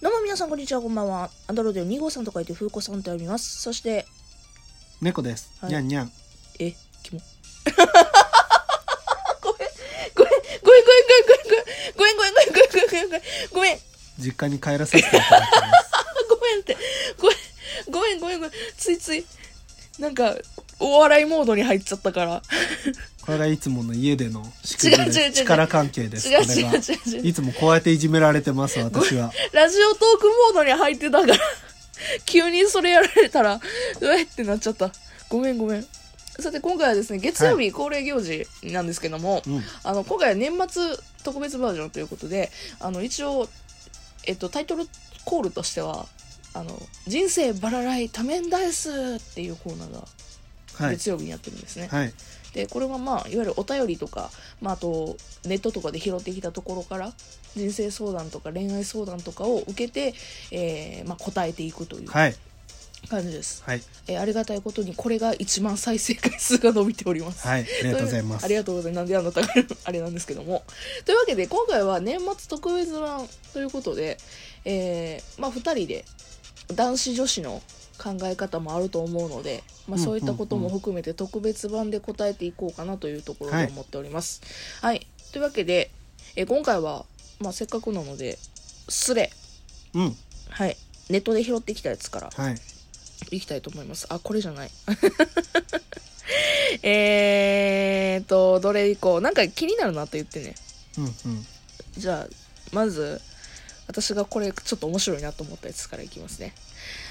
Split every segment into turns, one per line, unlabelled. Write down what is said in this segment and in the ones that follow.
どうも皆さん、こんにちは、こんばんは。アンドロイド2号さんと書いて、風子さんと読みます。そして、
猫です、
はい
にゃんにゃん
え、キモ。ごめん、ごめん、ごめん、ごめん、ごめん、ごめん、ごめん、ごめん、ごめん、ごめん、ごめん、ごめん、ごめん、
実家に帰らさせていただきます
ごめんって、ごめん、ごめん、ごめん、ごめん、ついつい、なんか、お笑いモードに入っちゃったから。
これがいつもの家でのしくじりです
違う違う違う
力関係です
違う
これが
違う違う違う
いつもこうやっていじめられてます私は
ラジオトークモードに入ってたから、急にそれやられたら、うえってなっちゃった。ごめんごめん。さて、今回はですね、月曜
は
日恒例行事なんですけども、
うん
あの、今回は年末特別バージョンということで、あの、一応、えっと、タイトルコールとしては、あの、人生バラライ多面ダイスっていうコーナーが
はい
月曜日にやってるんですね。
はい
でこれはまあいわゆるお便りとか、まあ、あとネットとかで拾ってきたところから人生相談とか恋愛相談とかを受けて、えーまあ、答えていくという
はい
感じです、
はい
えーありがたいことにこれが一番再生回数が伸びております
はいありがとうございます
ありがとうございます。なんであなたがあれなんですけども。というわけで、今回は年末特別版ということで、えーまあ、2人で男子女子の考え方もあると思うので、まあ、
うん
そういったことも含めて特別版で答えていこうかなというところ
は
で
い
思っております。はい。というわけで、えー今回は、まあ、せっかくなので、スレ。
うん
はい。ネットで拾ってきたやつから
はい
いきたいと思います。あ、これじゃない。 えーっと、どれいこう。なんか気になるなって言ってね。
うんうん
じゃあ、まず、私がこれちょっと面白いなと思ったやつからいきますね。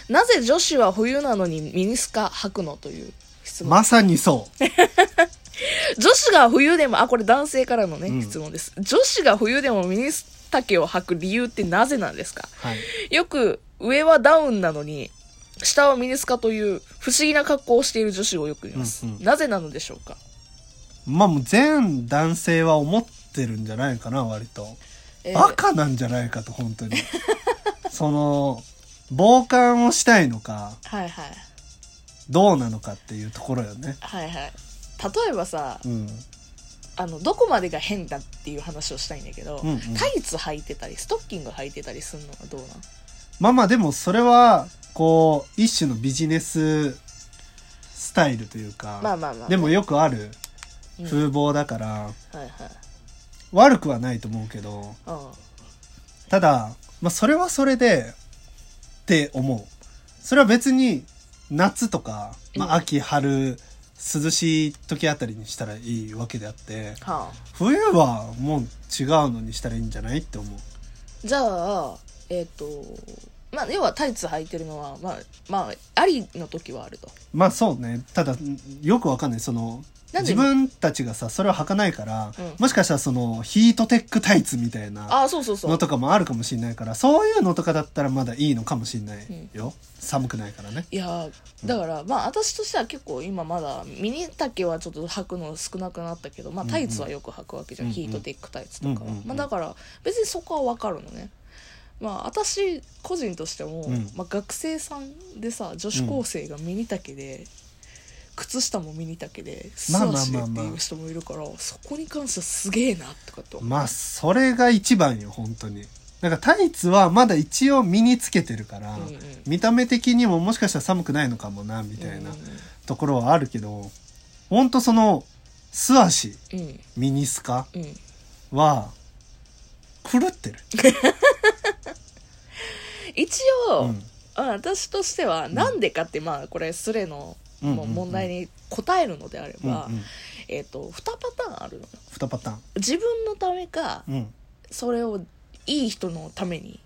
なぜ女子は冬なのにミニスカ履くのという質問。
まさにそ
女子が冬でも、あ、これ男性からのね、
うん
質問です。女子が冬でもミニス丈を履く理由ってなぜなんですか
うはい
よく上はダウンなのに下はミニスカという不思議な格好をしている女子をよく見ます、
うんうん
なぜなのでしょうか
まあもう全男性は思ってるんじゃないかな割と
えー
バカなんじゃないかと本当に その傍観をしたいのか
はいはい
どうなのかっていうところよね
はいはい例えばさ
うん
あのどこまでが変だっていう話をしたいんだけど、
うんうん
タイツ履いてたりストッキング履いてたりするのはどうなん
まあまあでもそれはこう一種のビジネススタイルというか、
まあまあまあ
でもよくある
うん
風貌だから、
はいはい
悪くはないと思うけど
うん
ただ、まあ、それはそれでって思うそれは別に夏とか、ま
うん
あ、秋春涼しい時あたりにしたらいいわけであって
はあ
冬はもう違うのにしたらいいんじゃないって思う
じゃあえっ、とまあ要はタイツ履いてるのはまあまあありの時はあると
まあそうねただよくわかんないその
なんで
自分たちがさそれを履かないから、
うん
もしかしたらそのヒートテックタイツみたいな
ああそうそうそう
のとかもあるかもしれないからそういうのとかだったらまだいいのかもしれないよ、寒くないからね
いやーだから、まあ私としては結構今まだミニ丈はちょっと履くの少なくなったけど、まあ、
うんうん
タイツはよく履くわけじゃん、
うんうん
ヒートテックタイツとかは、
うんうんうん
まあ、だから別にそこは分かるのねまあ私個人としても、
うん
まあ、学生さんでさ女子高生がミニ丈で、靴下もミニ丈で素
まあまあ
足で
まあ
っ
ま
て
あ
いう人もいるからそこに関してはすげえなとかと思う
まあそれが一番よ本当になんかタイツはまだ一応身につけてるから、
うんうん
見た目的にももしかしたら寒くないのかもなみたいなところはあるけど本当その素足
うんうん
ミニスカ
うん、うん
は狂ってる、
一
う
応、
ん、
あ私としてはなんでかって、まあこれスレの
うんうんうん
もう問題に答えるのであれば、
うんうん、
えっ、と2パターンあるのよ
2パターン
自分のためか
うん
それをいい人のために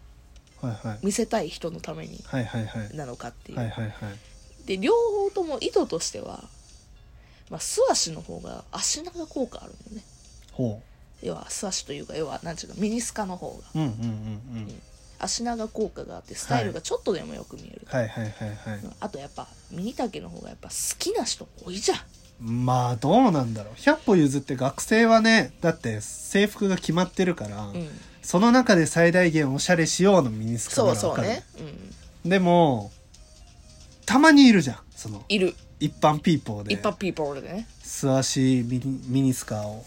はいはい
見せたい人のために
はいはいはい
なのかっていう、
はいはいはい
で両方とも意図としては、まあ、素足の方が足長効果あるんだよね
ほ
要は素足というか要はなんていうのミニスカの方が
ううんうんうんうん
足長効果があってスタイルがちょっとでもよく見える、
はいはいはいはい
あとやっぱミニ丈の方がやっぱ好きな人多いじゃん
まあどうなんだろう100歩譲って学生はねだって制服が決まってるから、
うん、
その中で最大限おしゃれしようのミニスカな
そうそ
らわ
う
かる
ね、うん、
でもたまにいるじゃんその
いる
一般ピーポーで
一般ピーポーでね
素足ミニミニスカを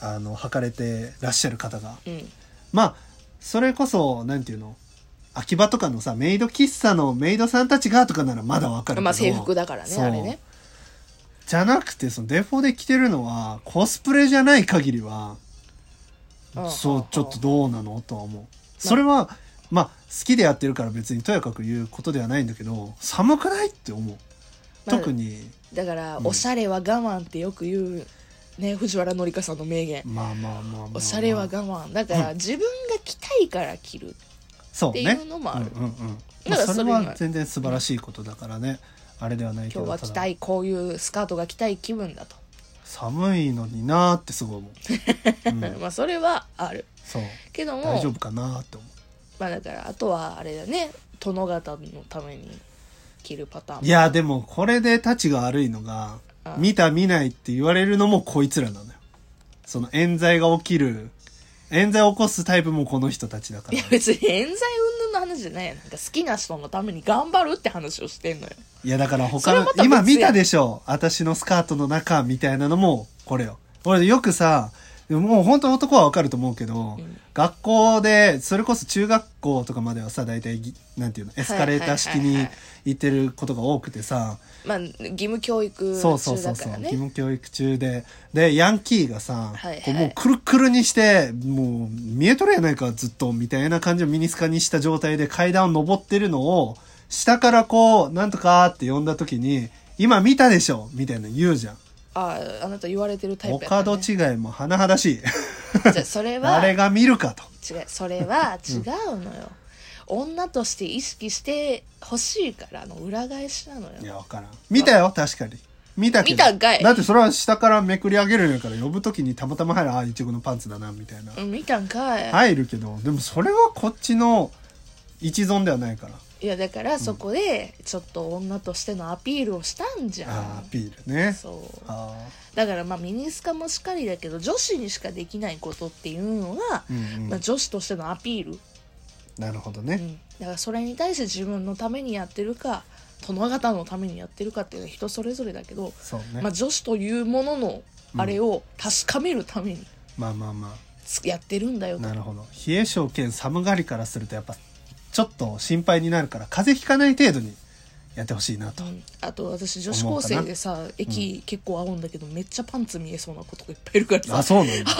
あの履かれてらっしゃる方が
うん
まあそれこそなんていうの秋葉とかのさメイド喫茶のメイドさんたちがとかならまだわかるけど
まあ制服だからね
そう
あれね
じゃなくてそのデフォで着てるのはコスプレじゃない限りは
うん
そううんちょっとどうなのとは思うそれはまあ好きでやってるから別にとやかく言うことではないんだけど寒くないって思う
まあ
特に
だから、
うん
おしゃれは我慢ってよく言うね藤原紀香さんの名言
まあまあまあまあまあ
おしゃれは我慢だから、自分が着たいから着る
そう
って
ね
いうのもある
うんうんうん
だから
まあそ
そ
れ
れが
は全然素晴らしいことだからねあれではないけど
今日は着
た
た
だ
いこういうスカートが着たい気分だと、
寒いのになーってすごい思う、うん、
まあそれはある
そう
けども
大丈夫かなーって思
まあだからあとはあれだね殿方のために着るパターン
ういやでもこれでたちが悪いのが
うん
見た見ないって言われるのもこいつらなのよその冤罪が起きる冤罪を起こすタイプもこの人たちだか
い
ら
や別に冤罪云々の話じゃないよなんか好きな人のために頑張るって話をしてんのよ
いやだから
そ
他
れ
の
はまた別
今
やん
見たでしょ私のスカートの中みたいなのもこれよ俺よくさでももう本当男はわかると思うけど、
うん
学校でそれこそ中学校とかまではさ大体ぎなんていうのエスカレーター
は
式
いはいはい
に
はい
行ってることが多くてさ
まあ義務教育
そうそう
中
そう
だ
そ
か
う
ら
義
ね
務教育中ででヤンキーがさ、
はいはい
こうもうくるくるにしてもう見えとるやないかずっとみたいな感じをミニスカにした状態で階段を登ってるのを下からこうなんとかって呼んだ時に「今見たでしょ」みたいなの言うじゃん。
あああなた言われてるタイ
お
プやった、ね、
門違いも甚だしい
じゃあそれは
誰が見るかと。
違うそれは違うのよ、女として意識してほしいからの裏返しなの
い
よ
や、わからん。見たよ、確かに。見たけど。
見たんかい
だってそれは下からめくり上げるんやから、呼ぶときにたまたま入る、ああ、イチゴのパンツだな、みたいな。
うん見たんかい、
入るけど、でもそれはこっちの一存ではないから。
い、やだからそこでちょっと女としてのアピールをしたんじゃん
ああ、アピールね。
そう
あ
だからまあミニスカもしっかりだけど女子にしかできないことっていうのが、
あ、うんう
まあ、
ん。
女子としてのアピール、
なるほど
う
ね。
んだからそれに対して自分のためにやってるか殿方のためにやってるかっていうのは人それぞれだけど、
そうね。
まあ、女子というもののあれを確かめるために
まあまあま
つやってるんだよ
あ。
と
なるほど。冷え性兼寒がりからすると、やっぱ、ちょっと心配になるから、風邪ひかない程度にやってほしいなと。
うんあと私女子高生でさ駅結構会うんだけど、めっちゃパンツ見えそうな子とかいっぱいいるからさ
あ、そうなんだ。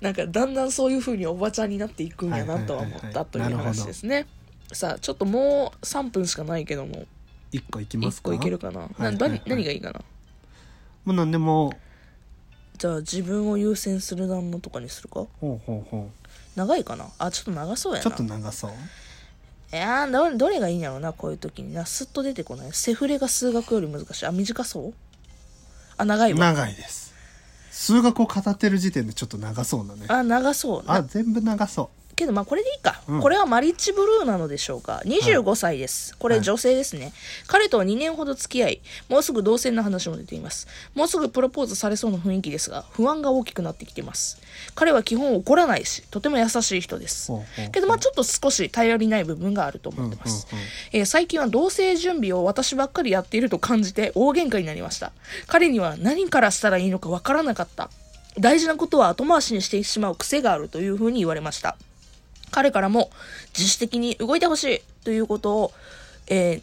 なんかだんだんそういう風におばちゃんになっていくんやなとは思っ
はいはいはいは
た
い
という
なるほ
話
ど
ですね。さあちょっともう3分しかないけども
一個いきます
1
か。
個いけるかな
は
ない何
はい
何がいいかな
もう何でも、
じゃあ自分を優先する段のとかにするか
ほうほうほ
長いかなあちょっと長そう
う。
や
ちょ
な
っと長そう。
いやーどれどれがいいんやろうなこういう時になすっと出てこないセフレが数学より難しいあ短そうあ長いわ
長いです数学を語ってる時点でちょっと長そうだね
あ長そう
あ全部長そ
けどまあこれでいいか、
うん
これはマリッジブルーなのでしょうか25歳です、これ女性ですね、彼とは2年ほど付き合いもうすぐ同棲の話も出ていますもうすぐプロポーズされそうな雰囲気ですが不安が大きくなってきています彼は基本怒らないしとても優しい人です
ほうほうほう
けどまあちょっと少し頼りない部分があると思ってます、
うんうんうん
えー最近は同棲準備を私ばっかりやっていると感じて大喧嘩になりました彼には何からしたらいいのかわからなかった大事なことは後回しにしてしまう癖があるというふうに言われました彼からも自主的に動いてほしいということを、えー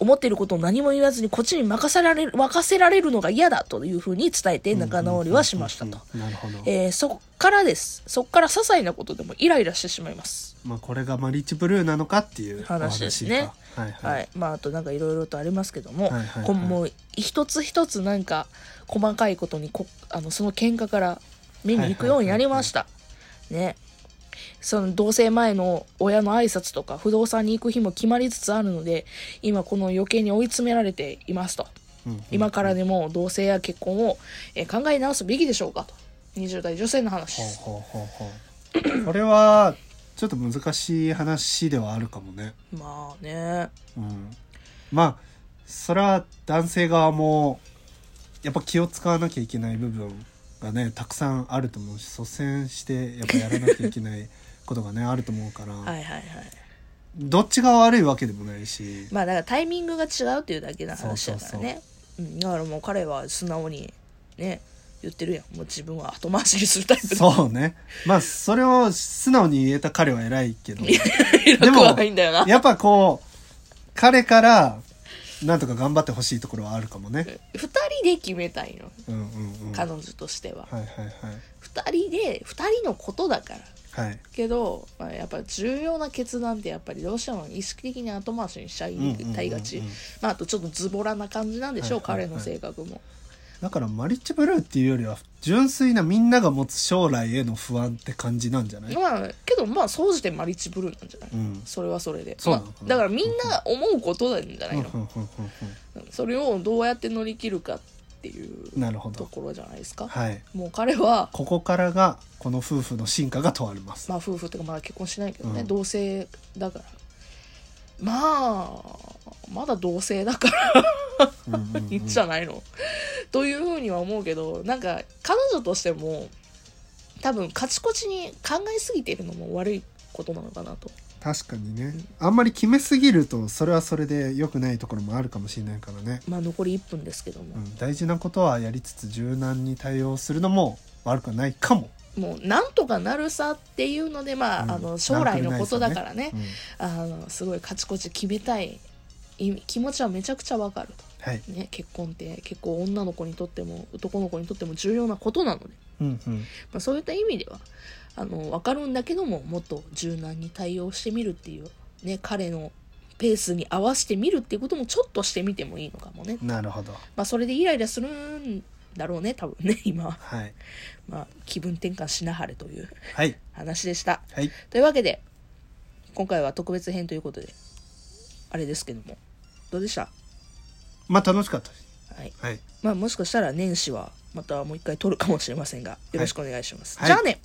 思っていることを何も言わずにこっちに任せられる任せられるのが嫌だというふうに伝えて
う
仲直りはしましたと、
うんうんうんなるほど、
えーそっからですそっから些細なことでもイライラしてしまいます
まあ、これがマリッチブルーなのかっていうお
話ですね
話かはいはい、
はい、まああとなんかいろいろとありますけども、
はいはいはい
こうもう一つ一つなんか細かいことにこあのその喧嘩から目に行くようになりました、ねその同棲前の親の挨拶とか不動産に行く日も決まりつつあるので今この余計に追い詰められていますと
うんうん
今からでも同棲や結婚を、えー考え直すべきでしょうかと20代女性の話
ほ
で
う
す
ほうほうほうこれはちょっと難しい話ではあるかもね
まあね
うんまあそれは男性側もやっぱ気を使わなきゃいけない部分がねたくさんあると思うし率先してやっぱやらなきゃいけないことがね あると思うから、
はいはいはい
どっちが悪いわけでもないし、
まあだからタイミングが違うっていうだけの話だからね
そうそう
うんだからもう彼は素直にね言ってるやんもう自分は後回しにするタイプ だ
そうねまあそれを素直に言えた彼は偉いけ ど
偉くはないんだよな
やっぱこう彼からなんとか頑張ってほしいところはあるかもね
2人で決めたいの
うんうんうんはい
彼女としては
はい
2人で2人のことだから
はいはい
けど、まあ、やっぱ重要な決断ってやっぱりどうしても意識的に後回しにしちゃいたいがち、
うんうんうんうん
まあ、あとちょっとズボラな感じなんでしょう、
はいはいはい
彼の性格も
だからマリッジブルーっていうよりは純粋なみんなが持つ将来への不安って感じなんじゃない
まあけどまあ総じてマリッチブルーなんじゃない、
うん
それはそれで
そうなのかな
まあ、だからみんな思うことなんじゃな
うん
い
うん
の、
うんうん
それをどうやって乗り切るかっていう
うんなるほ
と
ど
ころじゃないですか、
はい
もう彼は、
ここからがこの夫婦の進化が問われます
まあ、夫婦っていうかまだ結婚しないけどね、
うん
同性だからまあまだ同性だから
うんうんうん
いいんじゃないのというふうには思うけどなんか彼女としても多分カチコチに考えすぎているのも悪いことなのかなと
確かにねあんまり決めすぎるとそれはそれで良くないところもあるかもしれないからね、
まあ残り1分ですけども
う、ん、大事なことはやりつつ柔軟に対応するのも悪くはないかも、
もうなんとかなるさっていうのでまあ,、
うん
あの将来のことだからね
うん、
あのすごいカチコチ決めたいい気持ちはめちゃくちゃわかると。
はい、
ね、結婚って結構女の子にとっても男の子にとっても重要なことなので、
うんうん、
まあ、そういった意味ではあの分かるんだけどももっと柔軟に対応してみるっていう、ね、彼のペースに合わせてみるっていうこともちょっとしてみてもいいのかもね、
なるほど
まあ、それでイライラするんだろうね多分ね今は、
はい
まあ、気分転換しなはれという
はい
話でした
はい
というわけで今回は特別編ということであれですけどもどうでした、
まあ楽しかったです
はい
はい
まあ、もしかしたら年始はまたもう一回撮るかもしれませんがよろしくお願いします、
はい
じゃあね